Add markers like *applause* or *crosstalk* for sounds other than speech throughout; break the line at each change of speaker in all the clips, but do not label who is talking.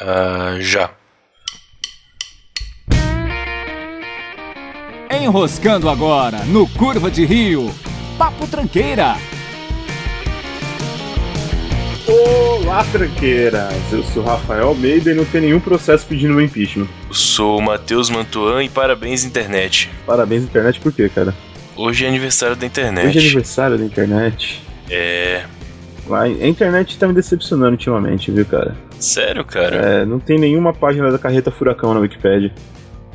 Ah, já.
Enroscando agora no Curva de Rio. Papo Tranqueira.
Olá, tranqueiras! Eu sou Rafael Almeida e não tem nenhum processo pedindo meu impeachment.
Eu sou o Matheus Mantuan e parabéns, internet.
Parabéns, internet, por quê, cara?
Hoje é aniversário da internet.
Hoje é aniversário da internet.
É.
Vai, a internet tá me decepcionando ultimamente, viu, cara?
Sério, cara?
É, não tem nenhuma página da carreta furacão na Wikipedia.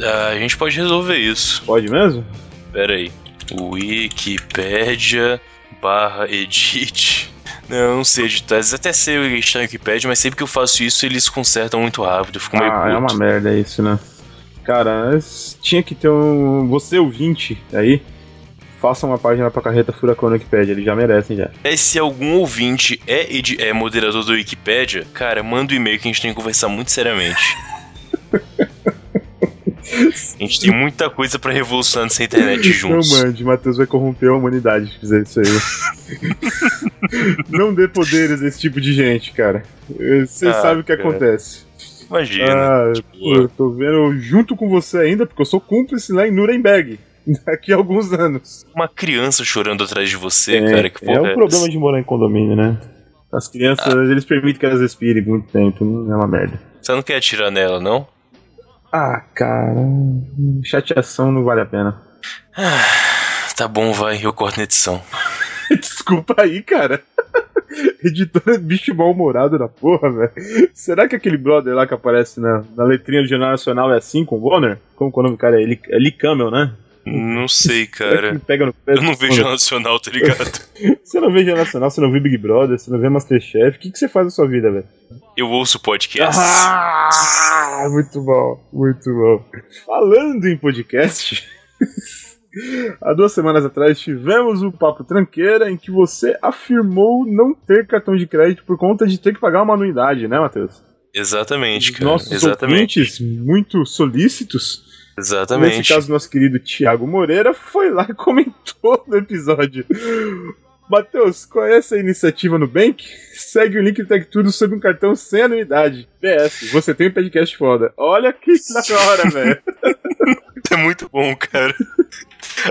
Ah, a gente pode resolver isso.
Pode mesmo?
Pera aí. Wikipedia barra edit. Não, não sei editar. Às vezes até sei editar na tá Wikipedia, mas sempre que eu faço isso, eles consertam muito rápido. Eu fico meio
ah, é
puto.
uma merda isso, né? Cara, mas tinha que ter um. Você ouvinte aí, faça uma página pra carreta furacão na Wikipedia, eles já merecem já.
É, se algum ouvinte é, edi- é moderador do Wikipedia, cara, manda um e-mail que a gente tem que conversar muito
*laughs*
seriamente. a gente tem muita coisa pra revolucionar nessa internet juntos.
Não mande, Matheus vai corromper a humanidade se fizer isso aí. né?
*laughs*
não dê poderes a esse tipo de gente, cara. Você
Ah,
sabe o que
cara.
acontece.
Imagina.
Ah,
tipo,
pô, eu tô vendo junto com você ainda, porque eu sou cúmplice lá em Nuremberg. *laughs* Daqui a alguns anos.
uma criança chorando atrás de você, cara. Que
é
porra Ah.
um problema de morar em condomínio, né? As crianças, eles permitem que elas respirem muito tempo, não é uma merda.
Você não quer atirar nela, não?
Ah, cara. Chateação não vale a pena.
Tá bom, vai, eu corto na edição.
*laughs* Desculpa aí, cara. *laughs* Editora bicho mal-humorado da porra, velho. Será que aquele brother lá que aparece na, na letrinha do Jornal Nacional é assim com o Bonner? Como que é o nome do cara? É Lee, é Lee Camel, né?
Não sei,
Será que ele *laughs*
cara.
pega no pé
Eu não
do
vejo a nacional, tá ligado?
Você não vê Jornal Nacional, você não vê Big Brother, você não vê Masterchef. O que, que você faz na sua vida, velho?
Eu ouço podcast.
Ah, muito bom, muito bom. Falando em podcast, *laughs* há duas semanas atrás tivemos o Papo Tranqueira em que você afirmou não ter cartão de crédito por conta de ter que pagar uma anuidade, né, Matheus?
Exatamente, cara.
Nossos
Exatamente.
ouvintes, muito solícitos, Nesse
Exatamente.
caso, nosso querido Thiago Moreira foi lá e comentou no episódio. Matheus, conhece a iniciativa Nubank? Segue o link do Tech Tudo sobre um cartão sem anuidade. PS, você tem um podcast foda. Olha que da hora, velho.
*laughs* É muito bom, cara.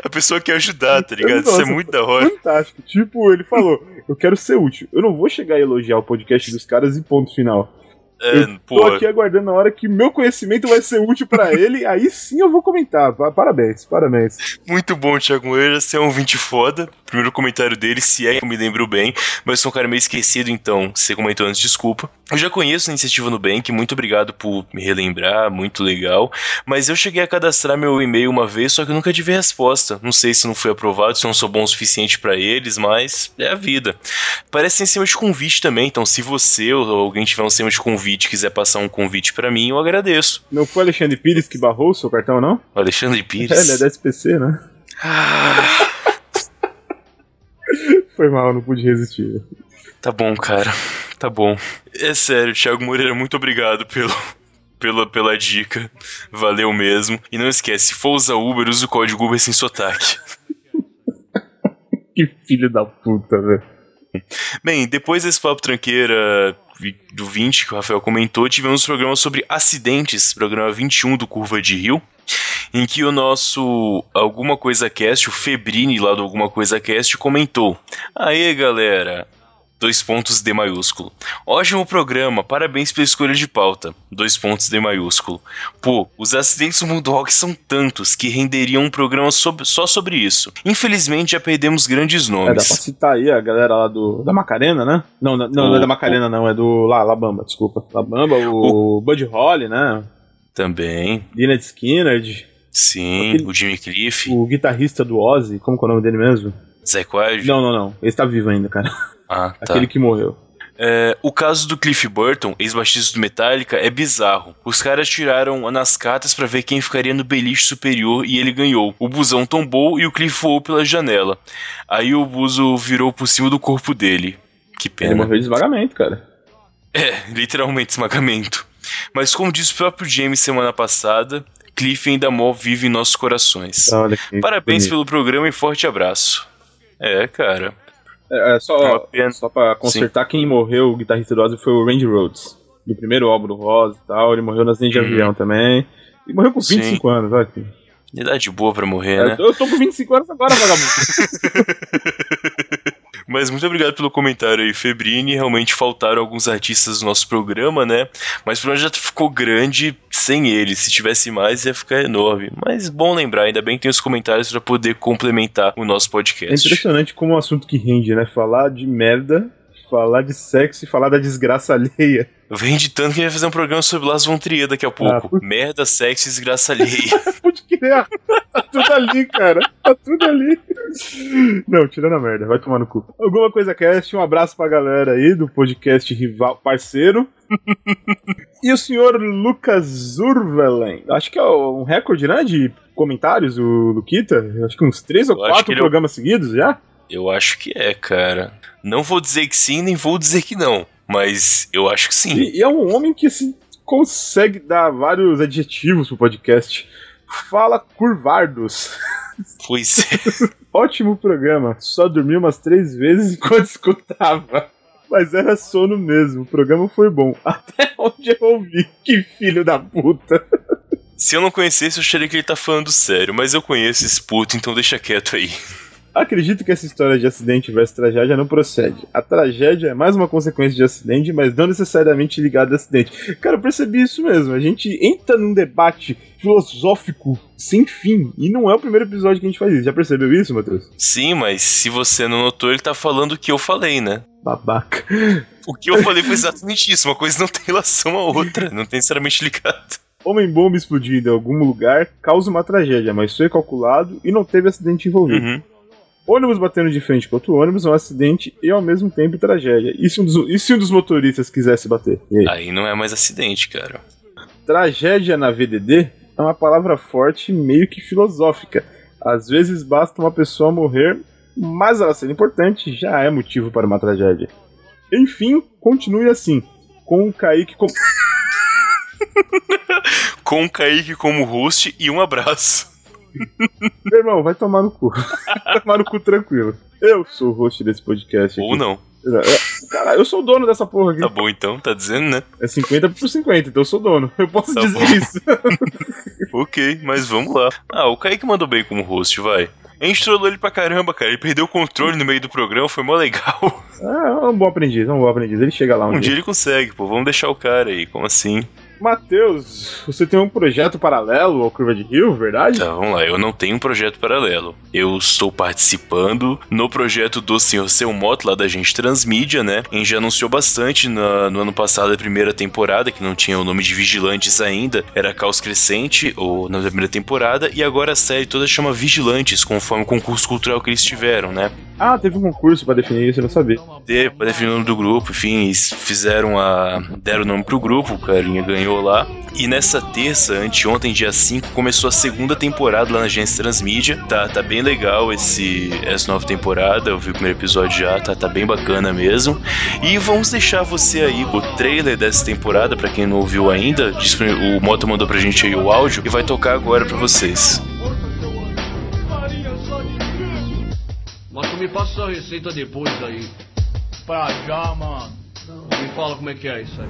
A pessoa quer ajudar, tá ligado?
Nossa,
Isso é muito da hora.
Fantástico. Tipo, ele falou, eu quero ser útil. Eu não vou chegar a elogiar o podcast dos caras e ponto final.
É,
Tô
pô,
aqui aguardando a hora que meu conhecimento vai ser útil pra ele, aí sim eu vou comentar. Pa- Parabéns, parabéns.
muito bom, Thiago Moreira. Você é um vinte foda. Primeiro comentário dele, se é que eu me lembro bem. Mas sou um cara meio esquecido, então você comentou antes, desculpa. Eu já conheço a iniciativa Nubank, muito obrigado por me relembrar, muito legal. Mas eu cheguei a cadastrar meu e-mail uma vez, só que eu nunca tive resposta. Não sei se não foi aprovado, se eu não sou bom o suficiente pra eles, mas é a vida. Parece em cima de convite também, então se você ou alguém tiver um sistema de convite e quiser passar um convite pra mim, eu agradeço.
Não foi Alexandre Pires que barrou o seu cartão, não?
Alexandre
É,
Pires.
*laughs* ele é da SPC, né?
Ah,
*laughs* Foi mal, não pude resistir.
tá bom, cara. Tá bom. É sério, Thiago Moreira, muito obrigado pelo. Pela, pela dica, valeu mesmo. E não esquece, se for usar Uber, usa o código Uber sem sotaque.
Que filho da puta, velho.
Bem, depois desse papo tranqueira vi- do 20 que o Rafael comentou, tivemos um programa sobre acidentes, programa 21 do Curva de Rio, em que o nosso Alguma Coisa Cast, o Febrini lá do Alguma Coisa Cast, comentou: Aê galera! Dois pontos D maiúsculo. Ótimo programa, parabéns pela escolha de pauta. Dois pontos D maiúsculo. Pô, os acidentes no mundo rock são tantos que renderiam um programa sob- só sobre isso. Infelizmente já perdemos grandes
É, dá pra
nomes.
citar aí a galera lá do. Da Macarena, né? Não, não, não, não é da Macarena, não. É do. Lá, Labamba, desculpa. Labamba, o, Bud Holly, né?
Também.
Lynyrd Skynyrd,
Sim,
Aquele-
o Jimmy Cliff,
o guitarrista do Ozzy, como que é o nome dele mesmo?
Zé Quad.
Não, não, não. Ele tá vivo ainda, cara.
Ah, tá.
Aquele que morreu.
É, o caso do Cliff Burton, ex-baixista do Metallica, é bizarro. Os caras tiraram nas cartas pra ver quem ficaria no beliche superior e ele ganhou. O busão tombou e o Cliff voou pela janela. Aí o buzo virou por cima do corpo dele. Que
Ele
pena.
morreu de esvagamento, cara. né?
É, *laughs* literalmente esmagamento. Mas como disse o próprio James semana passada, Cliff ainda mó vive em nossos corações.
Olha que
Parabéns
Ah, bonito.
pelo programa e forte abraço. É, cara.
É, é,
É uma
só,
pena.
só pra consertar, quem morreu, o guitarrista do Ozzy foi o Randy Rhodes. do primeiro álbum do Rosa e tal. Ele morreu no acidente de
Uhum.
avião também. E morreu com
Sim.
25 anos, olha aqui.
Idade tá boa pra morrer, né?
Eu tô com 25 anos agora,
*laughs*
vagabundo.
Mas muito obrigado pelo comentário aí, Febrini. Realmente faltaram alguns artistas do nosso programa, né? Mas o programa já ficou grande sem ele. Se tivesse mais, ia ficar enorme. Mas bom lembrar, ainda bem que tem os comentários pra poder complementar o nosso
É
podcast.
impressionante como o assunto que rende, né? Falar de merda, falar de sexo e falar da desgraça alheia.
Vem de tanto que a gente vai fazer um programa sobre Las Von Trier daqui a pouco. Merda, sexo e desgraça alheia.
Pode crer, tá tudo ali, cara. Tá tudo ali. Não, tirando a merda, vai tomar no cu. Alguma coisa cast, um abraço pra galera aí do podcast rival parceiro. E o senhor Lucas Urvelen. Acho que é um recorde, né? De comentários, o Luquita. Acho que uns três ou
Eu acho que
quatro
ele é o-
programas seguidos já.
Eu acho que é, cara. Não vou dizer que sim, nem vou dizer que não. Mas eu acho que sim.
E, e é um homem que assim, consegue dar vários adjetivos pro podcast. Fala curvardos.
Pois é.
Ótimo programa. Só dormi umas três vezes *laughs* enquanto escutava. Mas era sono mesmo. O programa foi bom. *laughs* Até onde eu ouvi. Que filho da puta.
Se eu não conhecesse, eu acharia que ele tá falando sério. Mas eu conheço esse puto, então deixa quieto aí.
Acredito que essa história de acidente versus tragédia não procede. A tragédia é mais uma consequência de acidente, mas não necessariamente ligada ao acidente. Cara, eu percebi isso mesmo. A gente entra num debate filosófico sem fim. E não é o primeiro episódio que a gente faz isso. Já percebeu isso, Matheus?
Sim, mas se você não notou, ele tá falando o que eu falei, né?
Babaca.
O que eu falei foi exatamente isso. Uma coisa não tem relação à outra. Não tem necessariamente ligado.
Homem-bomba explodindo em algum lugar causa uma tragédia, mas foi calculado e não teve acidente envolvido.
Uhum.
Ônibus batendo de frente com outro ônibus é um acidente e ao mesmo tempo tragédia. E se um dos, e se um dos motoristas quisesse bater? E aí?
Aí não é mais acidente, cara.
Tragédia na VDD é uma palavra forte e meio que filosófica. Às vezes basta uma pessoa morrer, mas ela ser importante já é motivo para uma tragédia. Enfim, continue assim. Com o Kaique. Com...
Com o Kaique como host e um abraço.
Meu irmão, vai tomar no cu. *laughs* vai tomar no cu tranquilo. Eu sou o host desse podcast aqui.
Ou não.
É, Caralho, eu sou o dono dessa porra aqui.
Tá bom então, tá dizendo, né?
É 50 por 50, então eu sou dono. Eu posso
Tá
dizer
bom.
isso. *laughs*
Ok, mas vamos lá. Ah, o Kaique mandou bem como host, vai. A gente trollou ele pra caramba, cara. Ele perdeu o controle no meio do programa, foi mó legal. *laughs*
Ah, é um bom aprendiz, é um bom aprendiz. Ele chega lá um,
Um dia
dia.
ele consegue, pô. Vamos deixar o cara aí, como assim?
Matheus, você tem um projeto paralelo ao Curva de Rio, verdade?
Tá, vamos lá. Eu não tenho um projeto paralelo. Eu estou participando no projeto do Senhor Seu Moto, lá da gente Transmídia, né? A gente já anunciou bastante na- no ano passado a primeira temporada, que não tinha o nome de Vigilantes ainda, era Caos Crescente, ou na primeira temporada, e agora a série toda chama Vigilantes, conforme o concurso cultural que eles tiveram, né?
Ah, teve um concurso pra definir isso, eu não sabia.
ter pra definir o nome do grupo, enfim, eles fizeram a. deram o nome pro grupo, o carinha ganhou lá. E nessa terça, anteontem, dia 5, começou a segunda temporada lá na agência Transmídia. Tá, tá bem legal esse, essa nova temporada, eu vi o primeiro episódio já, tá, tá bem bacana mesmo. E vamos deixar você aí o trailer dessa temporada, pra quem não ouviu ainda. disponível- O Mota mandou pra gente aí o áudio e vai tocar agora pra vocês.
Mas tu me passa a receita depois aí. Pra já, mano. Me fala como é que é isso aí.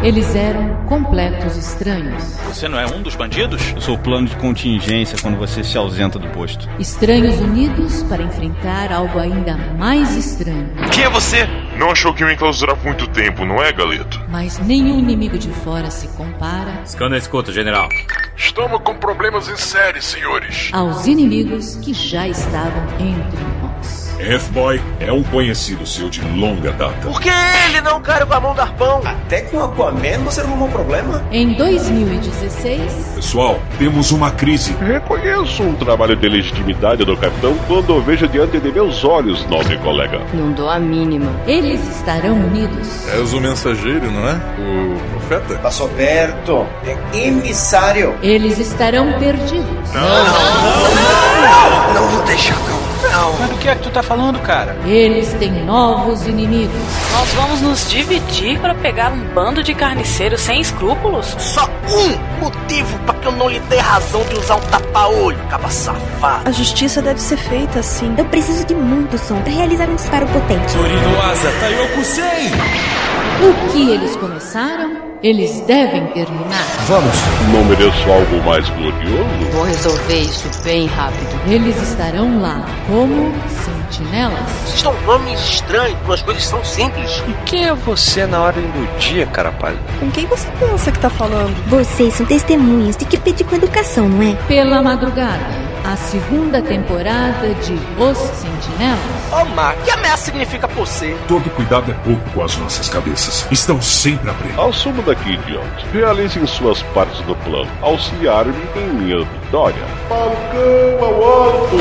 Eles eram completos estranhos.
Você não é um dos bandidos?
Eu sou o plano de contingência quando você se ausenta do posto.
Estranhos unidos para enfrentar algo ainda mais estranho.
Quem é você?
Não achou que eu ia enclausurar por muito tempo, não é, Galeto?
Mas nenhum inimigo de fora se compara
Escana escuta, general.
Estamos com problemas em série, senhores.
aos inimigos que já estavam entre nós.
F-Boy é um conhecido seu de longa data.
Por que ele não cai com a mão do arpão?
Até com Aquaman você não arrumou problema?
Em 2016,
Pessoal, temos uma crise.
Reconheço um trabalho de legitimidade do capitão quando o vejo diante de meus olhos, nobre colega.
Não dou a mínima.
eles estarão unidos.
És o mensageiro, não é? O profeta?
Passou perto. É emissário.
Eles estarão perdidos.
Não vou deixar, não. Não.
Mas do que é que tu tá falando, cara?
Eles têm novos inimigos.
Nós vamos nos dividir para pegar um bando de carniceiros sem escrúpulos?
Só um motivo pra que eu não lhe dê razão de usar um tapa-olho, caba safado.
A justiça deve ser feita assim.
Eu preciso de muito som para realizar um disparo potente.
Torinoasa Tayoku-sen!
O que eles começaram, eles devem terminar.
Vamos. Não mereço algo mais glorioso?
Vou resolver isso bem rápido. Eles estarão lá como sentinelas.
Vocês dão nomes estranhos, mas coisas são simples.
E quem é você na hora do dia, cara pálida?
Com quem você pensa que tá falando?
Vocês são testemunhas de que pedir com educação, não é?
Pela madrugada, a segunda temporada de Os Sentinelas.
Ô, Mark, que ameaça significa você?
Todo cuidado é pouco com as nossas cabeças. Estão sempre a prender.
Assuma daqui, idiota. Realizem suas partes do plano. Auxiliar-me em minha vitória. Falcão ao alto!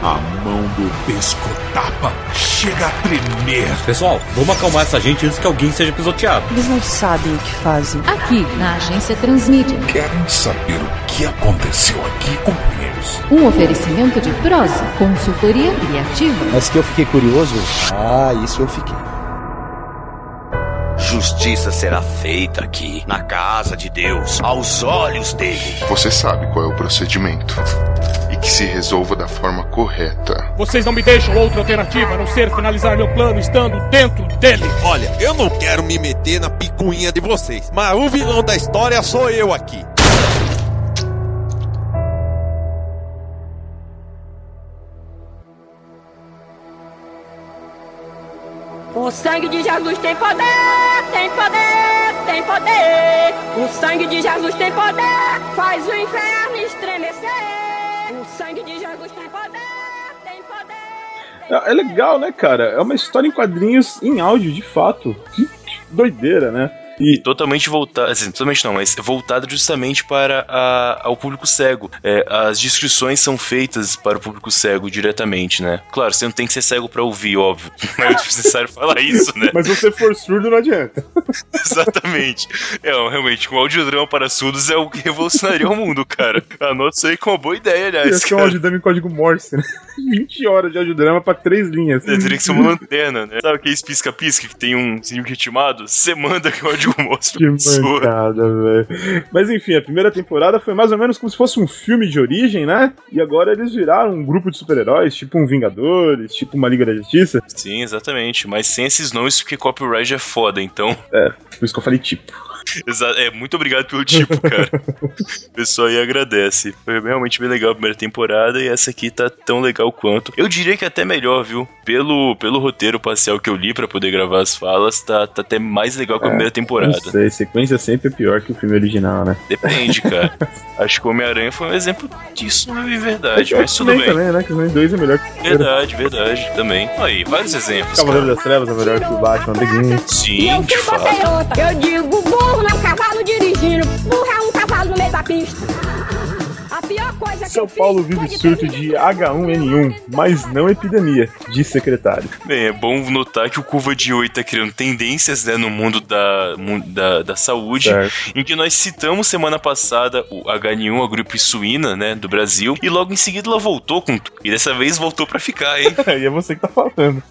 A mão do pescotapa chega a tremer.
Pessoal, vamos acalmar essa gente antes que alguém seja pisoteado.
Eles não sabem o que fazem.
Aqui, na agência Transmídia.
Querem saber o que aconteceu aqui, companheiros?
Um oferecimento de prosa, consultoria criativa.
Mas que eu fiquei curioso. Ah, isso eu fiquei.
Justiça será feita aqui, na casa de Deus, aos olhos dele.
Você sabe qual é o procedimento. E que se resolva da forma correta.
Vocês não me deixam outra alternativa a não ser finalizar meu plano estando dentro dele.
Olha, eu não quero me meter na picuinha de vocês, mas o vilão da história sou eu aqui.
O sangue de Jesus tem poder, tem poder, tem poder. O sangue de Jesus tem poder, faz o inferno estremecer. O sangue de Jesus tem poder, tem poder. tem
É é legal, né, cara? É uma história em quadrinhos em áudio, de fato. Que que doideira, né?
E totalmente voltada, assim, totalmente não, mas voltada justamente para a- ao público cego. É, as descrições são feitas para o público cego diretamente, né? Claro, você não tem que ser cego para ouvir, óbvio. *laughs* Não é necessário falar isso,
*laughs*
né?
Mas se você for surdo, não adianta.
Exatamente. É, realmente, um audiodrama para surdos é o que revolucionaria o mundo, cara. Anota isso aí com uma boa ideia,
*laughs*
aliás.
Esse que é um
Cara.
audiodrama em código Morse, né? *laughs* 20 horas de audiodrama pra três linhas.
*laughs* É, teria que ser uma lanterna, né? Sabe aqueles pisca-pisca que tem um sininho ritmado? Você manda que o áudio mostra pra
Que
pessoa.
mancada, velho. Mas enfim, a primeira temporada foi mais ou menos como se fosse um filme de origem, né? E agora eles viraram um grupo de super-heróis, tipo um Vingadores, tipo uma Liga da Justiça.
Sim, exatamente. Mas sem esses nomes, porque copyright é foda, então.
É, por isso que eu falei tipo.
Exa- É, muito obrigado pelo tipo,
*laughs*
cara. O pessoal aí agradece. Foi realmente bem legal a primeira temporada e essa aqui tá tão legal quanto. Eu diria que é até melhor, viu? Pelo, pelo roteiro parcial que eu li pra poder gravar as falas, tá, tá até mais legal que
É,
a primeira temporada.
Não sei, sequência sempre é pior que o filme original, né?
Depende, cara.
*laughs*
Acho que o Homem-Aranha foi um exemplo disso, não é verdade,
É
mas tudo
X-Men
bem.
também, né? X-Men 2 é melhor que o primeiro.
Verdade, verdade, também. Aí, vários exemplos.
Cavaleiro das Trevas é melhor que o Batman Begins.
é
Sim, de
tá
fato.
Patriota, eu digo, burro não é um cavalo dirigindo. Burro é um cavalo no meio da pista. A pior coisa que
São Paulo vive surto de H1N1, mas não epidemia, diz secretário.
Bem, é bom notar que o Curva de 8 tá criando tendências né, no mundo da, mu- da, da saúde, em que nós citamos semana passada o H1, a gripe suína, né, do Brasil, e logo em seguida ela voltou com tudo. E dessa vez voltou pra ficar,
*laughs*
hein?
e é você que tá *laughs* faltando.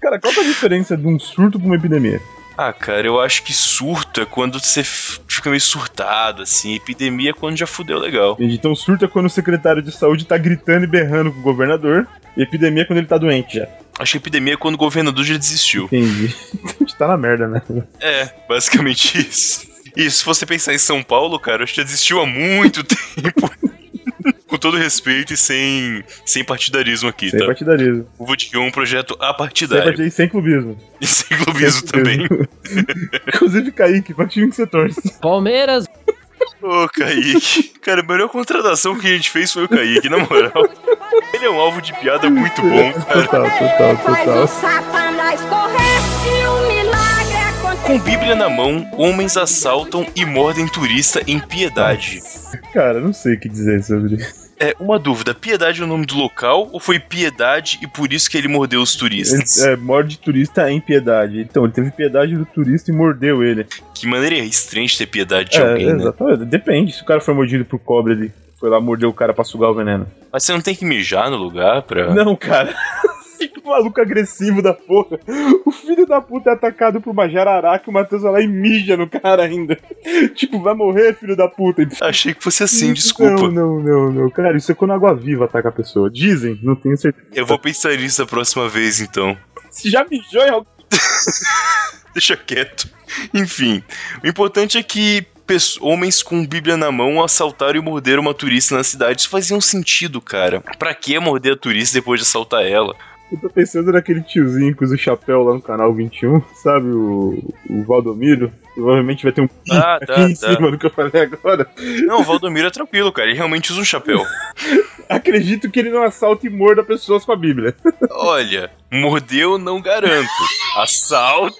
Cara, qual que é a diferença de um surto pra uma epidemia?
Ah, cara, eu acho que surto é quando você f- fica meio surtado, assim. Epidemia é quando já fudeu legal.
Entendi. Então, surto é quando o secretário de saúde tá gritando e berrando com o governador. E epidemia é quando ele tá doente já.
Acho que epidemia é quando o governador já desistiu.
Entendi. Então *laughs* a gente tá na merda, né?
É, basicamente *laughs* isso. E se você pensar em São Paulo, cara, acho que já desistiu há muito *laughs* tempo. Com todo respeito e sem, sem partidarismo aqui,
Sem
tá?
partidarismo.
O Vodkin é um projeto
Sem,
apartidário.
partidarismo. sem clubismo.
*laughs* E sem clubismo também.
*laughs* Inclusive, Kaique, pra que time que você torce?
Palmeiras.
Ô, Kaique. Cara, a melhor contratação que a gente fez foi o Kaique, na moral. Ele é um alvo de piada muito bom, cara.
Total, total,
faz o Satanás correr e o milagre acontece.
Com Bíblia na mão, homens assaltam e mordem turista em Piedade.
Cara, não sei o que dizer sobre isso.
É, uma dúvida, Piedade é o nome do local ou foi Piedade e por isso que ele mordeu os turistas?
Ele, é, morde turista em piedade. Então, ele teve piedade do turista e mordeu ele.
Que maneira estranha de ter piedade de
é,
alguém, né?
exatamente. Depende. Se o cara foi mordido por cobra, ele foi lá, mordeu o cara pra sugar o veneno.
Mas você não tem que mijar no lugar pra...
Não, cara. *laughs* Que maluco agressivo da porra. O filho da puta é atacado por uma jararaca, o Matheus vai lá e mija no cara ainda. *laughs* Tipo, vai morrer, filho da puta.
Achei que fosse assim, desculpa.
Não, não, não, não. Cara, isso é quando a água viva ataca a pessoa. Dizem, não tenho certeza.
Eu vou pensar nisso da próxima vez, então.
Se já mijou em alguém,
Deixa quieto. Enfim, o importante é que pesso- homens com Bíblia na mão assaltaram e morderam uma turista na cidade. Isso fazia um sentido, cara. Pra que morder a turista depois de assaltar ela?
Eu tô pensando naquele tiozinho que usa o chapéu lá no canal 21, sabe? O, o Valdomiro. Provavelmente vai ter um pi
Ah,
*laughs* aqui
tá,
em
tá.
cima do que eu falei agora.
Não, o Valdomiro é tranquilo, cara. Ele realmente usa um chapéu.
Acredito que ele não assalta e morda pessoas com a Bíblia. *laughs*
Olha, mordeu não garanto. Assalto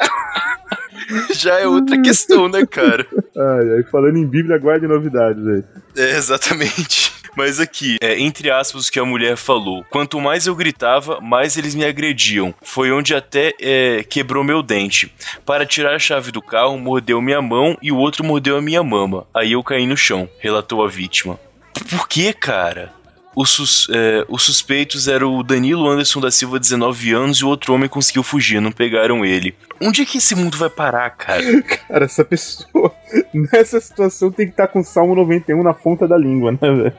*laughs* já é outra questão, né, cara?
Ai, ai, falando em Bíblia, aguarde novidades aí.
É, exatamente. *laughs* Mas aqui, é, entre aspas, o que a mulher falou. Quanto mais eu gritava, mais eles me agrediam. Foi onde até é, quebrou meu dente. Para tirar a chave do carro, mordeu minha mão e o outro mordeu a minha mama. Aí eu caí no chão, relatou a vítima. Por que, cara? Os, sus- é, os suspeitos eram o Danilo Anderson da Silva, 19 anos, e o outro homem conseguiu fugir, não pegaram ele. Onde é que esse mundo vai parar, cara?
Cara, essa pessoa, *laughs* nessa situação, tem que estar com o Salmo 91 na ponta da língua, né, velho?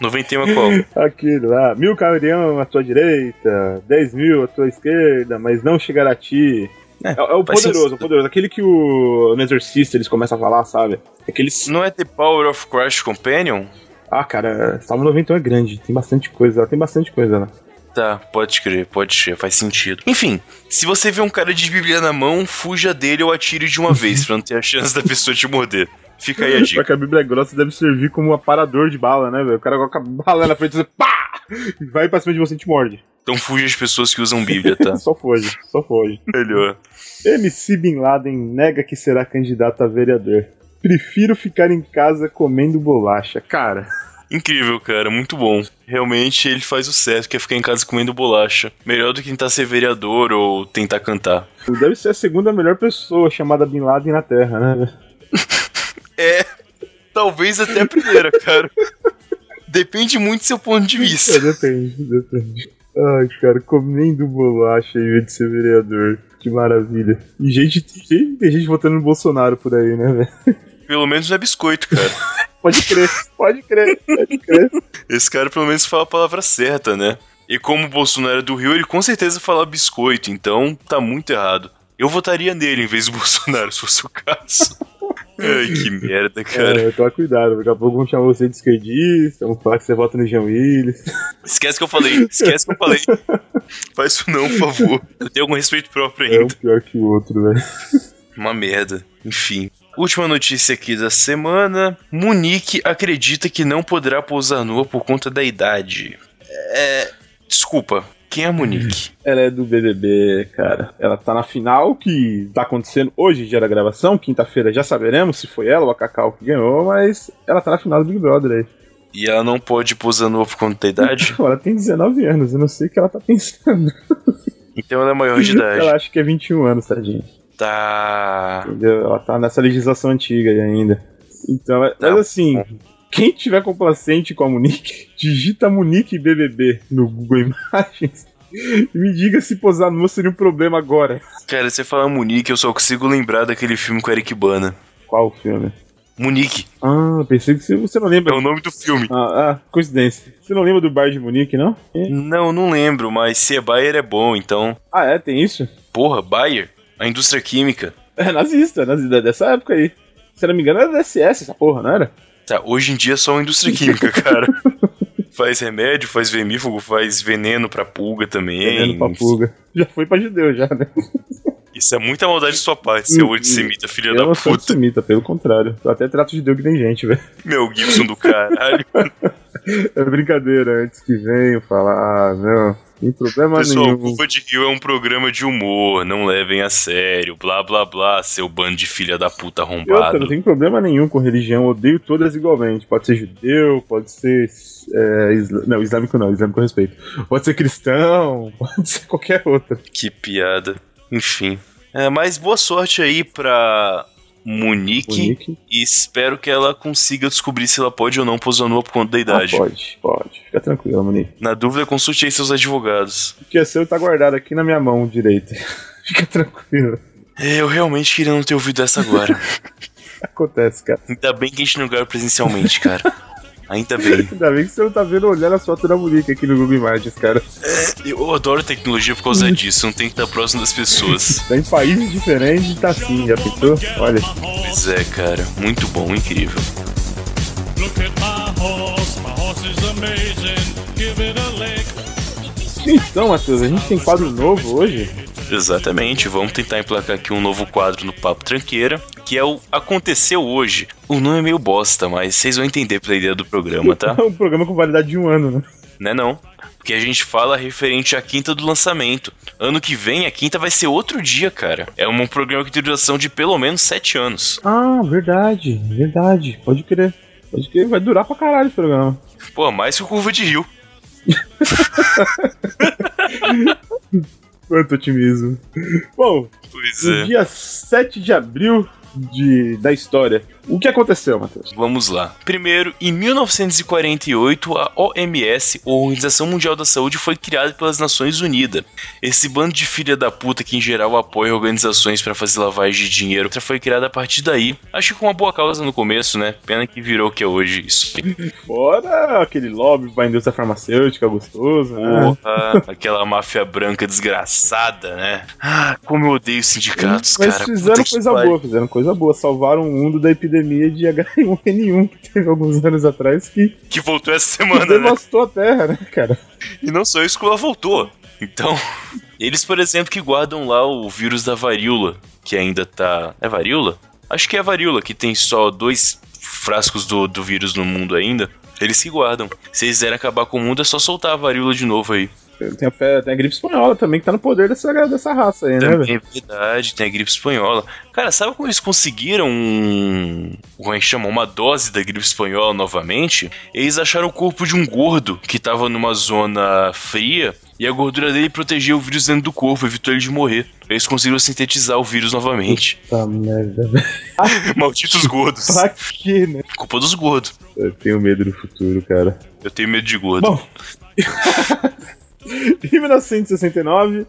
91 é qual?
Aquele lá, mil cairão à tua direita, dez mil à tua esquerda, mas não chegará a ti. É, é o
faz
poderoso, o poderoso. Aquele que o no Exorcista eles começam a falar, sabe? Aqueles...
Não é The Power of Crash Companion?
Ah, cara, Salmo 91 é grande, tem bastante coisa, lá, tem bastante coisa lá.
Tá, pode crer, pode crer, faz sentido. Enfim, se você vê um cara de Bíblia na mão, fuja dele ou atire de uma vez, pra não ter a chance da pessoa te morder. Fica aí a
Só
dica.
que a Bíblia é grossa deve servir como um aparador de bala, né, velho? O cara coloca a bala na frente e você pá! E vai pra cima de você e te morde.
Então fuja as pessoas que usam Bíblia, tá?
Só foge, só foge.
Melhor.
MC Bin Laden nega que será candidato a vereador. Prefiro ficar em casa comendo bolacha. Cara,
Incrível, cara, muito bom. Realmente ele faz o certo, que é ficar em casa comendo bolacha. Melhor do que tentar ser vereador ou tentar cantar.
deve ser a segunda melhor pessoa chamada Bin Laden na Terra, né?
É, talvez até a primeira, cara. Depende muito do seu ponto de vista.
É, depende, depende. Ai, cara, comendo bolacha em vez de ser vereador. Que maravilha. E gente, tem tem gente votando no Bolsonaro por aí, né, velho?
Pelo menos não é biscoito, cara.
Pode crer, pode crer, pode crer.
Esse cara pelo menos fala a palavra certa, né? E como o Bolsonaro é do Rio, ele com certeza fala biscoito, então tá muito errado. Eu votaria nele em vez do *laughs* Bolsonaro, se fosse o caso. Ai, que merda, cara.
É, toma cuidado, daqui a pouco vão chamar você de esquerdista, vão falar que você vota no Jean Willis.
Esquece que eu falei, esquece que eu falei. Faz isso não, por favor. Eu tenho algum respeito próprio ainda.
É um pior que o outro, né? velho.
Uma merda. Enfim. Última notícia aqui da semana. Munique acredita que não poderá pousar nua por conta da idade. É. Desculpa. Quem é a Monique?
Ela é do BBB, cara. Ela tá na final, que tá acontecendo hoje, dia da gravação. Quinta-feira já saberemos se foi ela ou a Cacau que ganhou, mas ela tá na final do Big Brother aí.
E ela não tipo, pode pousar nua por conta da
*laughs*
idade?
Pô, ela tem 19 anos, eu não sei o que ela tá pensando.
Então ela é maior de
Ela
idade.
acha que é 21 anos, tadinha.
Tá.
Entendeu? Ela tá nessa legislação antiga aí ainda. Então, mas assim, quem tiver complacente com a Monique, *laughs* digita Monique BBB no Google Imagens e me diga se posar nua seria um problema agora.
Cara, você fala Munique, eu só consigo lembrar daquele filme com Eric Bana.
Qual filme?
Munique.
Ah, pensei que você- você não lembra.
É o nome do filme.
Ah, ah, coincidência. Você não lembra do Bar de Munique, não?
Não, não lembro, mas se é Bayer é bom, então.
Ah, é? Tem isso?
Porra, Bayer? A indústria química.
É nazista, nazista dessa época aí. Se não me engano, era da SS essa porra, não era?
Tá, hoje em dia é só uma indústria
*laughs*
química, cara. faz remédio, faz vermífugo, faz veneno pra pulga também.
Vendendo pra pulga. Já foi pra judeu, já, né?
Isso é muita maldade de sua parte, seu antissemita, filha
Uhum. Eu
da
não sou antissemita, pelo contrário. Eu até trato de Deus que tem gente, velho.
Mel Gibson do caralho.
É brincadeira, antes que venham falar, ah, não, sem problema
Pessoal,
nenhum.
Curva de Rio é um programa de humor, não levem a sério, blá blá blá, seu bando de filha da puta
E outra, não
arrombado.
tem problema nenhum com religião, odeio todas igualmente. Pode ser judeu, pode ser. é, isla- Não, islâmico não, islâmico eu respeito. Pode ser cristão, *laughs* pode ser qualquer outra.
Que piada. Enfim. É, mas boa sorte aí pra Monique,
Monique.
e espero que ela consiga descobrir se ela pode ou não posar nua por conta da idade.
ah, pode, pode. Fica tranquilo, Monique.
Na dúvida, consulte aí seus advogados.
O que é seu tá guardado aqui na minha mão direita. *laughs* Fica tranquilo.
É, Eu realmente queria não ter ouvido essa agora.
Acontece, cara.
Ainda bem que a gente não ganha presencialmente, cara. Ainda
*laughs*
bem.
Ainda bem que você não tá vendo olhar a foto da Monique aqui no Google Imagens, cara.
Eu adoro tecnologia por causa disso, não tem que estar próximo das pessoas.
Tá em países diferentes e tá assim, já pensou? Olha.
Pois é, cara, muito bom, incrível.
Look at my horse, my horse is amazing. Give it a lick.
Então, Matheus, a gente tem quadro novo hoje?
Exatamente, vamos tentar emplacar aqui um novo quadro no Papo Tranqueira, que é o Aconteceu Hoje. O nome é meio bosta, mas vocês vão entender pela ideia do programa, tá?
É *laughs* um programa com validade de um ano, né?
Né não? Porque a gente fala referente à quinta do lançamento. Ano que vem a quinta vai ser outro dia, cara. É um programa que tem duração de pelo menos sete anos.
Ah, verdade, verdade. Pode crer. Pode crer, vai durar pra caralho esse programa.
Pô, mais que o Curva de Rio.
Quanto otimismo. Bom,
Pois
no
é.
dia 7 de abril de, da história, o que aconteceu, Matheus?
Vamos lá. Primeiro, em 1948, a OMS, ou Organização Mundial da Saúde, foi criada pelas Nações Unidas. Esse bando de filha da puta que em geral apoia organizações para fazer lavagem de dinheiro foi criada a partir daí. Acho que com uma boa causa no começo, né? Pena que virou o que é hoje isso.
*laughs* Fora aquele lobby pra indústria farmacêutica gostoso, né?
Porra, Ah, aquela máfia branca desgraçada, né? Ah, como eu odeio sindicatos,
Mas
cara.
fizeram
Puta que
coisa
pariu.
boa, fizeram coisa boa. Salvaram o mundo da epidemia de H1N1 que teve alguns anos atrás que
Que voltou essa semana, né?
devastou a Terra, né, cara?
E não só isso, que ela voltou. Então, *laughs* eles, por exemplo, que guardam lá o vírus da varíola, que ainda tá. É varíola? Acho que é a varíola, que tem só dois frascos do, do vírus no mundo ainda. Eles que guardam. Se eles quiserem acabar com o mundo, é só soltar a varíola de novo aí.
Tem a, fe- tem a gripe espanhola também que tá no poder dessa, dessa raça aí, né, velho?
Também é verdade, tem a gripe espanhola. Cara, sabe como eles conseguiram um. Como é que chama? Uma dose da gripe espanhola novamente? Eles acharam o corpo de um gordo que tava numa zona fria e a gordura dele protegia o vírus dentro do corpo, evitou ele de morrer. Eles conseguiram sintetizar o vírus novamente. *laughs*
Tá merda, velho.
Malditos gordos.
*laughs* Pra quê, né?
Culpa dos gordos.
Eu tenho medo do futuro, cara. *laughs*
Eu tenho medo de gordo.
Bom. Em 1969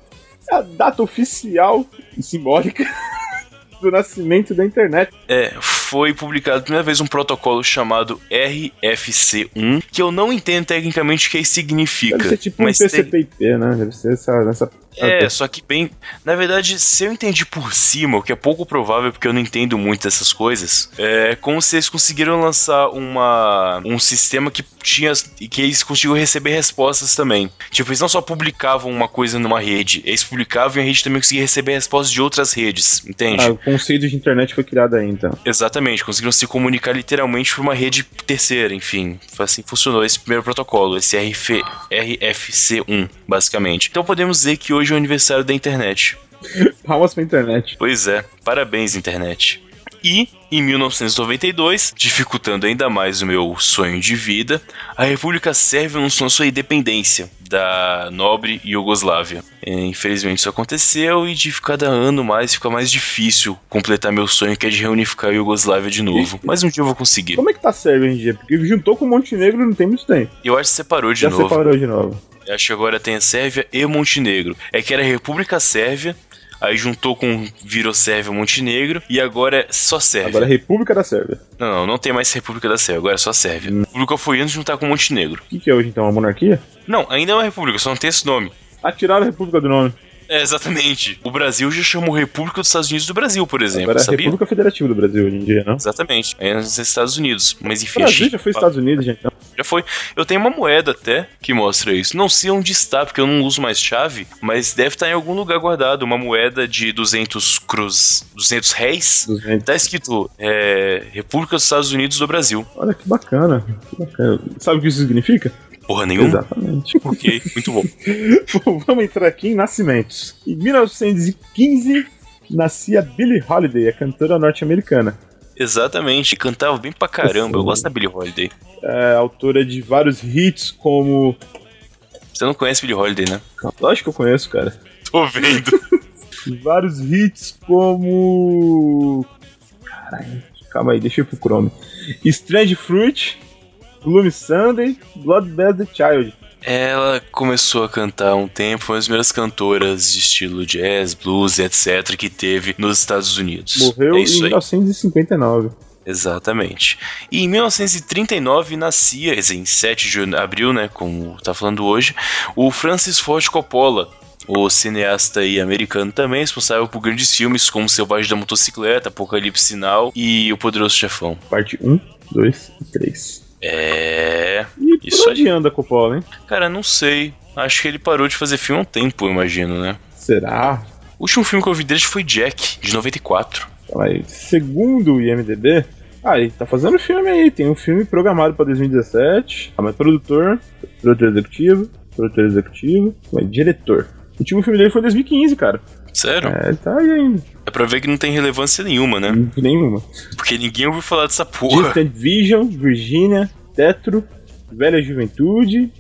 é a data oficial e simbólica *laughs* do nascimento da internet.
É, foi publicado a primeira vez um protocolo chamado RFC1, que eu não entendo tecnicamente o que isso significa.
Deve ser tipo
mas
um
tem-
TCP/IP, né? Deve ser essa, nessa.
É, só que bem. Na verdade, se eu entendi por cima, o que é pouco provável porque eu não entendo muito dessas coisas, é como se eles conseguiram lançar uma, um sistema que tinha. que eles conseguiam receber respostas também. Tipo, eles não só publicavam uma coisa numa rede, eles publicavam e a rede também conseguia receber respostas de outras redes, entende?
Ah, o conceito de internet foi criado aí, então.
Exatamente, conseguiram se comunicar literalmente por uma rede terceira, enfim. Foi Assim que funcionou esse primeiro protocolo, esse RF, RFC1, basicamente. Então podemos dizer que hoje é o aniversário da internet.
Palmas pra internet.
Pois é, parabéns, internet. E, em 1992, dificultando ainda mais o meu sonho de vida, a República Sérvia anunciou sua independência da nobre Iugoslávia. É, Infelizmente isso aconteceu e de cada ano mais fica mais difícil completar meu sonho que é de reunificar a Iugoslávia de novo. Mas um dia eu vou conseguir.
Como é que tá a Sérvia hoje em dia? Porque juntou com um o Montenegro não tem muito tempo.
Eu acho que separou de
Já
novo.
separou de novo.
Eu Acho que agora tem a Sérvia e Montenegro. É que era República Sérvia, aí juntou com virou Sérvia e Montenegro e agora é só Sérvia.
Agora é República da Sérvia.
Não, não, não tem mais República da Sérvia, agora é só Sérvia. República foi antes de juntar com Montenegro.
O que, que é hoje então? Uma monarquia?
Não, ainda é uma república, só não tem esse nome.
Ah, tiraram a República do nome.
É, exatamente. O Brasil já chamou República dos Estados Unidos do Brasil, por exemplo,
Agora é a
sabia?
República Federativa do Brasil hoje em dia, não?
Exatamente. Aí é nos Estados Unidos. Mas
O
enfim.
Brasil
acho-
já foi Estados Unidos, gente. Então.
Já foi. Eu tenho uma moeda até que mostra isso. Não sei onde está, porque eu não uso mais chave, mas deve estar em algum lugar guardado. Uma moeda de 200 cruz. 200 réis.
200.
Tá escrito é, República dos Estados Unidos do Brasil.
Olha que bacana. que bacana. Sabe o que isso significa?
Porra nenhuma.
Exatamente. *laughs*
Ok, muito bom.
Bom, vamos entrar aqui em nascimentos. Em 1915, nascia Billie Holiday, a cantora norte-americana.
Exatamente. Cantava bem pra caramba. Eu gosto da Billie Holiday.
É, autora de vários hits como.
Você não conhece Billie Holiday, né?
Lógico que eu conheço, cara.
Tô vendo.
Vários hits como. Caralho, calma aí, deixa eu ir pro Chrome. Strange Fruit, Gloomy Sunday, Blood Bad the Child.
Ela começou a cantar há um tempo, foi uma das primeiras cantoras de estilo jazz, blues, etc., que teve nos Estados Unidos.
Morreu
é
em
isso aí.
1959.
Exatamente. E em 1939 nascia, quer dizer, em 7 de abril, né, como tá falando hoje, o Francis Ford Coppola, o cineasta e americano também, responsável por grandes filmes como Selvagem da Motocicleta, Apocalipse Sinal e O Poderoso Chefão.
Parte 1, 2 e 3.
É.
E por Isso onde anda Coppola, hein?
Cara, não sei. Acho que ele parou de fazer filme há um tempo, eu imagino, né?
Será?
O último filme que eu vi dele foi Jack, de 94.
Mas, segundo o IMDB, ah, ele tá fazendo filme aí, tem um filme programado pra 2017. Ah, mas produtor, produtor executivo, produtor executivo, mas diretor. O último filme dele foi em 2015, cara.
Sério?
É, Hum. ele tá aí ainda.
É pra ver que não tem relevância nenhuma, né?
Nenhuma.
Porque ninguém ouviu falar dessa porra.
Distant Vision, Virginia, Tetro, Velha Juventude.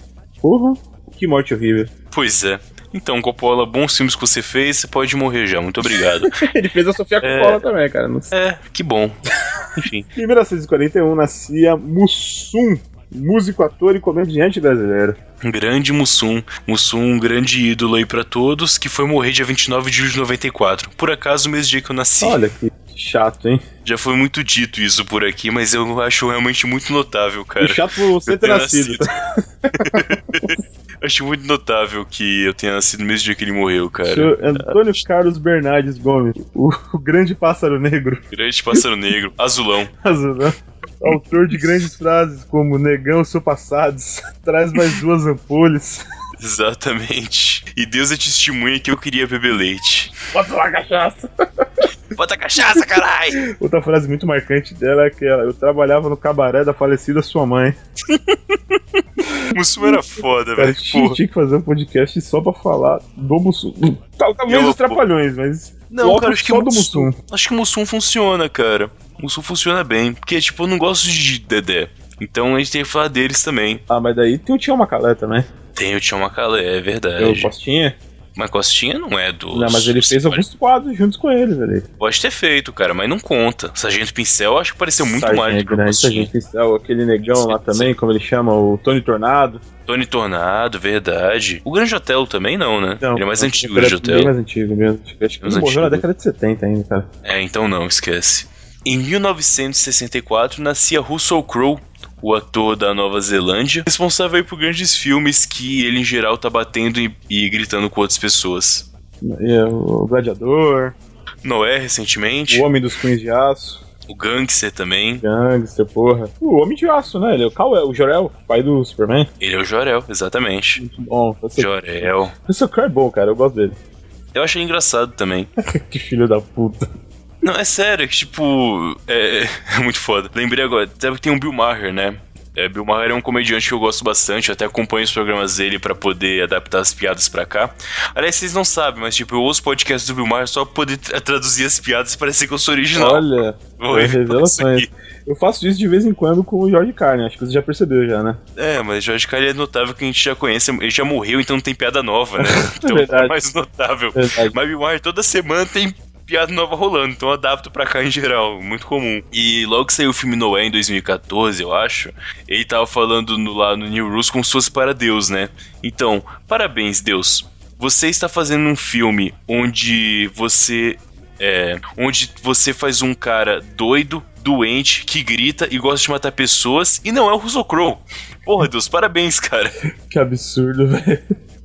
Porra, que morte horrível.
*laughs*
*laughs*
Pois é. Então, Coppola, bons filmes que você fez, você pode morrer já. Muito
*laughs*
obrigado.
ele fez a Sofia Coppola também, cara. Não sei.
É, que bom. Enfim.
Em 1941 nascia Mussum, músico, ator e comediante brasileiro.
Um grande Mussum. Mussum, um grande ídolo aí pra todos, que foi morrer dia 29 de julho de 94. Por acaso, o mesmo dia que eu nasci.
Olha que chato, hein?
Já foi muito dito isso por aqui, mas eu acho realmente muito notável, cara.
E chato por você
Eu
ter
tenho
nascido.
acho muito notável que eu tenha nascido no mesmo dia que ele morreu, cara.
Senhor Antônio Carlos Bernardes Gomes, o, o grande pássaro negro. *laughs*
Grande pássaro negro, *laughs* azulão.
Azulão. Autor de grandes frases como Negão, seu passados, *laughs* traz mais duas ampolhas.
Exatamente. E Deus é testemunha que eu queria beber leite.
Bota lá a cachaça.
Bota a cachaça,
*laughs*
caralho!
Outra frase muito marcante dela é que ela, eu trabalhava no cabaré da falecida sua mãe.
Mussum era foda,
Cara,
velho.
tinha,
Porra.
tinha que fazer um podcast só pra falar do Mussum. Tal- Talvez
Eu-
os trapalhões, mas.
Não,
foco
cara, acho que
só do
Mussum-
Mussum.
Acho que o Mussum funciona, cara. O Mussum funciona bem. Porque, tipo, eu não gosto de Dedé. Então a gente tem que falar deles também.
Ah, mas daí tem o Tião Macalé também.
Tem o Tião Macalé, é verdade.
Tem o Costinha.
Mas Costinha não é do.
Não, mas ele fez alguns quadros juntos com ele, velho.
Pode ter feito, cara, mas não conta. Sargento Pincel acho que pareceu é muito mais do que o
grande,
Costinha.
né? Sargento Pincel, aquele negão lá também, como ele chama, o Tony Tornado.
Tony Tornado, verdade. O Grande Otelo também não, né?
Então,
ele é mais antigo, o
Era
Grande
um Bem mais
Otelo.
antigo mesmo. Acho que
Mais
ele morreu na
antigo.
década de 70 ainda, cara.
É, então não, esquece. Em 1964 nascia Russell Crowe, o ator da Nova Zelândia, responsável aí por grandes filmes que ele em geral tá batendo e, e gritando com outras pessoas.
E é o Gladiador,
Noé, recentemente,
o Homem dos Cunhos de Aço,
o Gangster também.
Gangster, porra. O Homem de Aço, né? Ele é o Kal-El, o Jorel, pai do Superman.
Ele é o Jorel, exatamente.
Bom, esse,
Jorel.
esse cara é bom, cara. Eu gosto dele.
Eu achei engraçado também.
*laughs* que filho da puta.
Não, é sério, é que tipo. É, *laughs* é muito foda. Lembrei agora, sabe que tem um Bill Maher, né? É, Bill Maher é um comediante que eu gosto bastante, eu até acompanho os programas dele pra poder adaptar as piadas pra cá. Aliás, vocês não sabem, mas tipo, eu ouço podcasts do Bill Maher só pra poder tra- traduzir as piadas e parecer que eu sou original.
Olha, é
Vou
as
evitar
revelações.
isso
Eu faço isso de vez em quando com o Jorge Carne, acho que você já percebeu já, né?
É, mas Jorge Carlin é notável que a gente já conhece, ele já morreu, então não tem piada nova,
*laughs*
né? Então
verdade.
é mais notável.
Verdade.
Mas Bill Maher toda semana tem piada nova rolando, então eu adapto pra cá em geral, muito comum. E logo que saiu o filme Noé em 2014, eu acho, ele tava falando no- lá no New Rules como se fosse para Deus, né? Então, parabéns, Deus. Você está fazendo um filme onde você. É, onde você faz um cara doido, doente, que grita e gosta de matar pessoas e não é o Russell Crowe. Porra, Deus, parabéns, cara.
Que absurdo, *laughs* velho.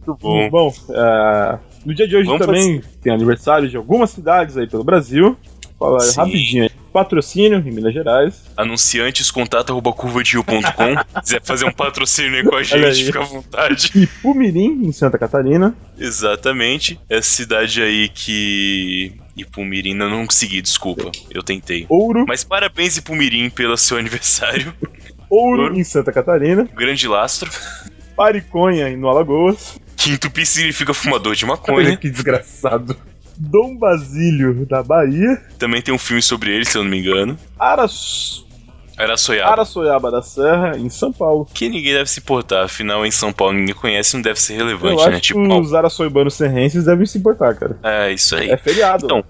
Muito
bom.
Bom, ah, no dia de hoje
Vamos assim.
também tem aniversário de algumas cidades aí pelo Brasil. Falar
Sim.
rapidinho aí. Patrocínio em Minas Gerais.
Anunciantes, contato arroba curvadio.com. Quiser fazer um patrocínio aí com a
Olha
gente,
aí.
fica à vontade.
Pumirim, em Santa Catarina.
Exatamente. Essa cidade aí que. Ipumirim, eu não consegui, desculpa. Eu tentei.
Ouro.
Mas parabéns, Ipumirim, pelo seu *laughs* aniversário.
Ouro, em Santa Catarina.
Grande lastro.
Pariconha, no Alagoas.
Quinto Pi significa fumador de
*laughs*
maconha.
que desgraçado. Dom Basílio, da Bahia.
Também tem um filme sobre ele, se eu não me engano.
Aras...
Era Soiaba.
Araçoiaba da Serra, em São Paulo.
Que ninguém deve se importar, afinal em São Paulo ninguém conhece, não deve ser
Eu
relevante,
acho
né?
que
Tipo,
os araçoibanos serrenses devem se importar, cara.
É, isso aí.
É feriado.
Então,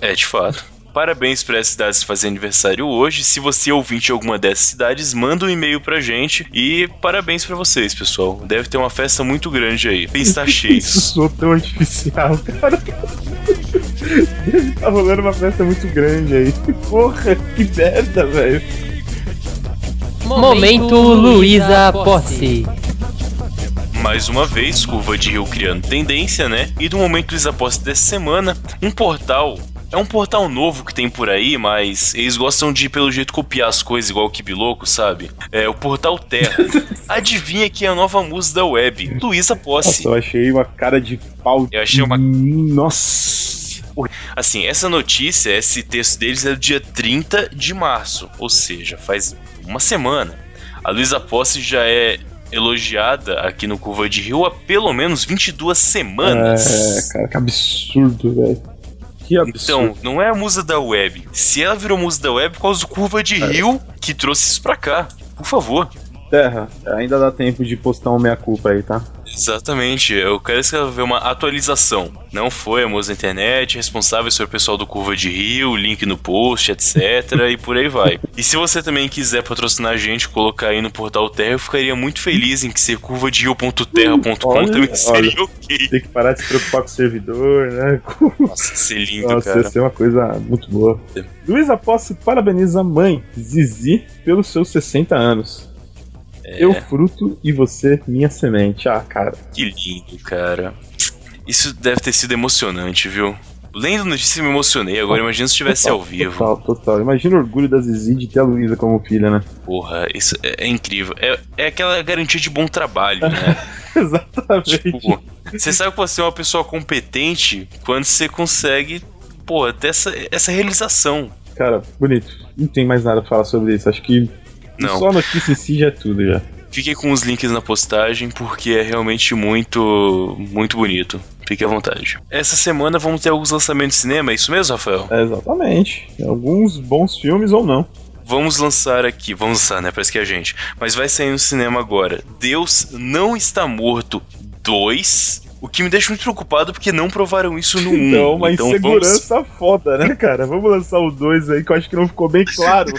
é de fato. Parabéns para as cidades que fazem aniversário hoje. Se você é ouvinte de alguma dessas cidades, manda um e-mail pra gente. E parabéns pra vocês, pessoal. Deve ter uma festa
*laughs*
muito grande aí. Tem estar cheio.
Sou tão artificial, cara. Deve *laughs* tá rolando uma festa muito grande aí. Porra, que merda, velho.
Momento Luísa Posse.
Mais uma vez, curva de rio criando tendência, né? E do momento dos apostas dessa semana, um portal. É um portal novo que tem por aí, mas eles gostam de, pelo jeito, copiar as coisas igual o Kibiloco, sabe? É o Portal
*laughs*
Terra. Adivinha quem é a nova musa da web? Luísa Posse.
Nossa, eu achei uma cara de pau.
Assim. Eu achei uma.
Nossa.
Assim, essa notícia, esse texto deles é do dia 30 de março, ou seja, faz uma semana. A Luísa Posse já é elogiada aqui no Curva de Rio há pelo menos 22 semanas.
É, cara, que absurdo, velho. Que absurdo.
Então, não é a musa da web. Se ela virou musa da web, por causa do Curva
É.
de Rio que trouxe isso pra cá. Por favor.
Terra, ainda dá tempo de postar um meia-culpa aí, tá?
Exatamente, eu quero escrever uma atualização. Não foi a moça da internet, responsáveis foi o pessoal do Curva de Rio, link no post, etc. e por aí vai. E se você também quiser patrocinar a gente, colocar aí no portal Terra, eu ficaria muito feliz em que ser curvaderio.terra.com
Olha,
também seria
olha,
ok.
Tem que parar de se preocupar com o servidor, né?
Nossa, isso é lindo,
Nossa,
cara.
ia ser uma coisa muito boa. Luísa Posse parabeniza a mãe, Zizi, pelos seus 60 anos.
É.
Eu fruto e você minha semente. Ah, cara.
Que lindo, cara. Isso deve ter sido emocionante, viu? Lendo notícia eu me emocionei, agora imagina se estivesse
*laughs*
ao vivo.
Total, total. Imagina o orgulho da Zizi de ter a Luísa como filha, né? *laughs*
Porra, isso é, é incrível. É, é aquela garantia de bom trabalho, né?
Exatamente.
Tipo, você sabe que você é uma pessoa competente quando você consegue, pô, ter essa, essa realização.
Cara, bonito. Não tem mais nada a falar sobre isso. Acho que
Não.
só a notícia em si já é tudo já.
Fiquei com os links na postagem porque é realmente muito, muito bonito. Fique à vontade. Essa semana vamos ter alguns lançamentos de cinema, é isso mesmo, Rafael?
É, exatamente. Alguns bons filmes ou não.
Vamos lançar aqui, vamos lançar, né? Parece que é a gente. Mas vai sair no cinema agora. Deus não está morto 2. O que me deixa muito preocupado porque não provaram isso no 1.
*laughs* Não, mas
então vamos...
segurança foda, né, cara? Vamos lançar o 2 aí, que eu acho que não ficou bem *laughs* claro.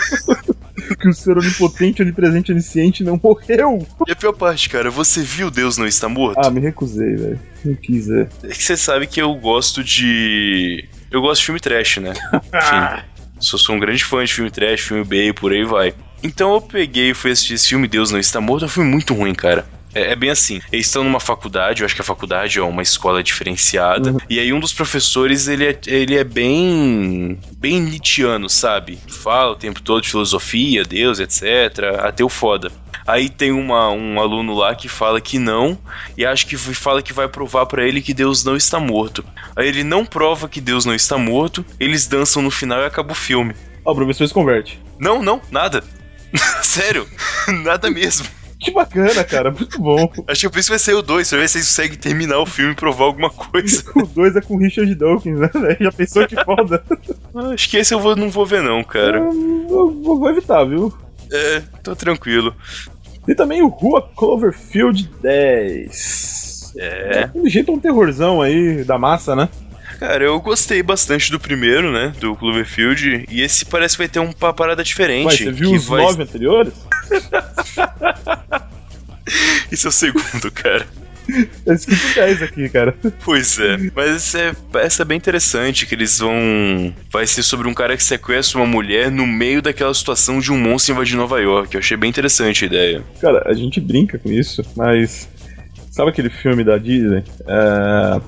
que o ser onipotente, onipresente, onisciente não morreu.
E a pior parte, cara, você viu Deus não está morto?
Ah, me recusei, velho. Não quis ver.
É que você sabe que eu gosto de. Eu gosto de filme trash, né? Enfim, sou, sou um grande fã de filme trash, filme B e por aí vai. Então eu peguei e fui assistir esse filme Deus Não Está Morto, é um filme muito ruim, cara. É, é bem assim, eles estão numa faculdade, eu acho que a faculdade é uma escola diferenciada, e aí um dos professores, ele é, ele é bem bem Nietzscheano, sabe? Fala o tempo todo de filosofia, Deus, etc, ateu foda. Aí tem uma, um aluno lá que fala que não, e acho que fala que vai provar pra ele que Deus não está morto. Aí ele não prova que Deus não está morto, eles dançam no final e acaba o filme.
Ó, o professor se converte.
Não, não, nada. *laughs* Sério, *laughs* nada mesmo.
Que bacana, cara. Muito bom.
Acho que por isso vai ser o 2, pra ver se eles conseguem terminar o filme e provar alguma coisa.
*laughs* O 2 é com o Richard Dawkins, né? velho? Já pensou que *laughs* foda?
Ah, Acho que esse eu vou- não vou ver, não, cara.
Hum, eu vou vou evitar, viu?
É, tô tranquilo.
E também o Rua Cloverfield 10.
É.
Do jeito é um terrorzão aí da massa, né?
Cara, eu gostei bastante do primeiro, né? Do Cloverfield. E esse parece que vai ter uma parada diferente.
Ué, você viu
que
os
vai-
nove anteriores?
*laughs* Esse é o segundo, cara.
Eu escrito 10 aqui, cara.
Pois é. Mas é, essa é bem interessante, que eles vão... Vai ser sobre um cara que sequestra uma mulher no meio daquela situação de um monstro invadir Nova York. Eu achei bem interessante a ideia.
Cara, a gente brinca com isso, mas. Sabe aquele filme da Disney? É,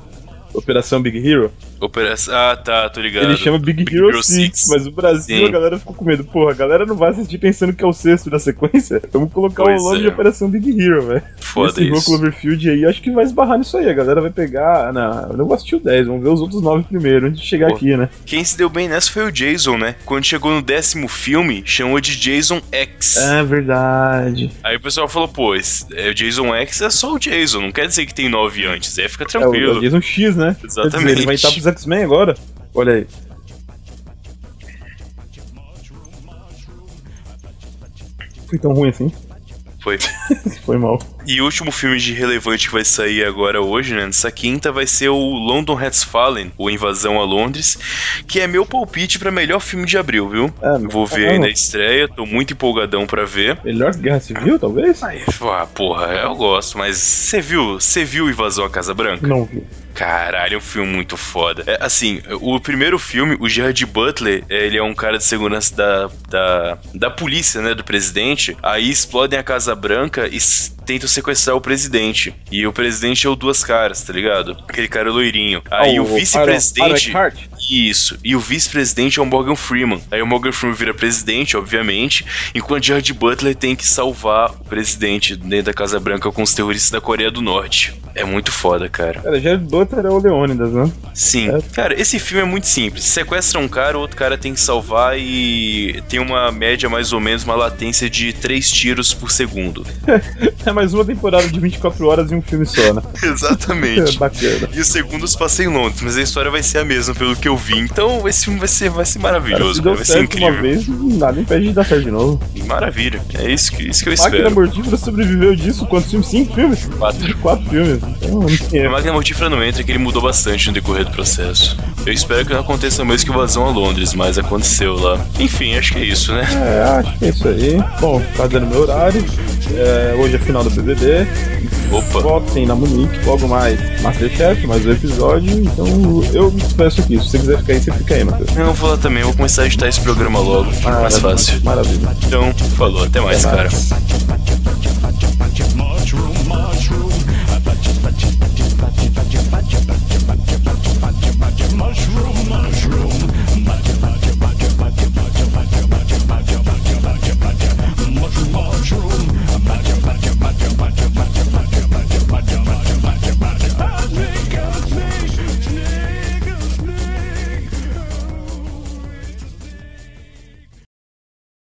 Operação Big Hero?
Operação... Ah, tá, tô ligado.
Ele chama Big, Hero, 6, mas o Brasil
Sim.
a galera ficou com medo. Porra, a galera não vai assistir pensando que é o sexto da sequência. *laughs* Vamos colocar
Pois
o nome
é.
de Operação Big Hero, velho.
Foda
Esse Rua
isso.
Cloverfield aí, acho que vai esbarrar nisso aí. A galera vai pegar. ah, Não, eu não vou assistir o 10, vamos ver os outros 9 primeiro antes de chegar aqui, né?
Quem se deu bem nessa foi o Jason, né? Quando chegou no décimo filme, chamou de Jason X.
É verdade.
Aí o pessoal falou, pô, esse- é, o Jason X é só o Jason, não quer dizer que tem nove antes, é, fica
É o, é o
tranquilo.
Jason X, né? Quer dizer,
Exatamente.
ele vai estar pros X-Men agora? Olha aí. Foi tão ruim assim?
Foi.
Foi mal.
E o último filme de relevante que vai sair agora hoje, né, nessa quinta, vai ser o London Hats Fallen, ou Invasão a Londres, que é meu palpite pra melhor filme de abril, viu? Eu Vou ver aí
caramba.
na estreia, tô muito empolgadão pra ver.
Melhor Guerra Civil, talvez?
Ah, porra, eu gosto, mas você viu, você viu Invasão à Casa Branca?
Não vi.
Caralho, é um filme muito foda. É, assim, o primeiro filme, o Gerard Butler, ele é um cara de segurança da, da, da polícia, né? Do presidente. Aí explodem a Casa Branca e s- tentam sequestrar o presidente. E o presidente é o Duas Caras, tá ligado? Aquele cara loirinho. Aí
Ah,
o
o
vice-presidente.
Aaron- Aaron Eckhart?
Isso. E o vice-presidente é o Morgan Freeman. Aí o Morgan Freeman vira presidente, obviamente, enquanto George Butler tem que salvar o presidente dentro da Casa Branca com os terroristas da Coreia do Norte. É muito foda, cara.
Cara, Jared Butler é o Leônidas, né?
Sim. Cara, esse filme é muito simples. Sequestra um cara, o outro cara tem que salvar e tem uma média mais ou menos, uma latência de três tiros por
*laughs*
segundo.
É mais uma temporada de 24 horas e um filme só, né?
Exatamente.
É bacana.
*laughs* E os segundos passei em Londres, mas a história vai ser a mesma, pelo que eu vi. Então esse filme vai ser, vai ser
Cara, se
maravilhoso,
deu
cara. vai ser
certo
incrível.
uma vez, nada impede de dar certo de novo.
Maravilha. É isso que, isso que eu
Máquina
espero.
Mortífera sobreviveu disso quantos filmes? Cinco filmes?
Quatro.
Quatro filmes. Então, *laughs* não sei.
A máquina mortífera não entra, que ele mudou bastante no decorrer do processo. Eu espero que não aconteça o mesmo que invasão a Londres, mas aconteceu lá. Enfim, acho que é isso, né?
É, acho que é isso aí. Bom, tá dando meu horário. É, hoje é final do BBB.
Opa.
Votem na Munique, logo mais Masterchef, mais um episódio. Então eu me despeço aqui. Se você quiser ficar aí, você fica aí, Matheus.
Não, eu vou Ah, lá também, eu vou começar a editar esse programa logo. mais fácil.
Maravilha.
Então, falou, até mais, cara.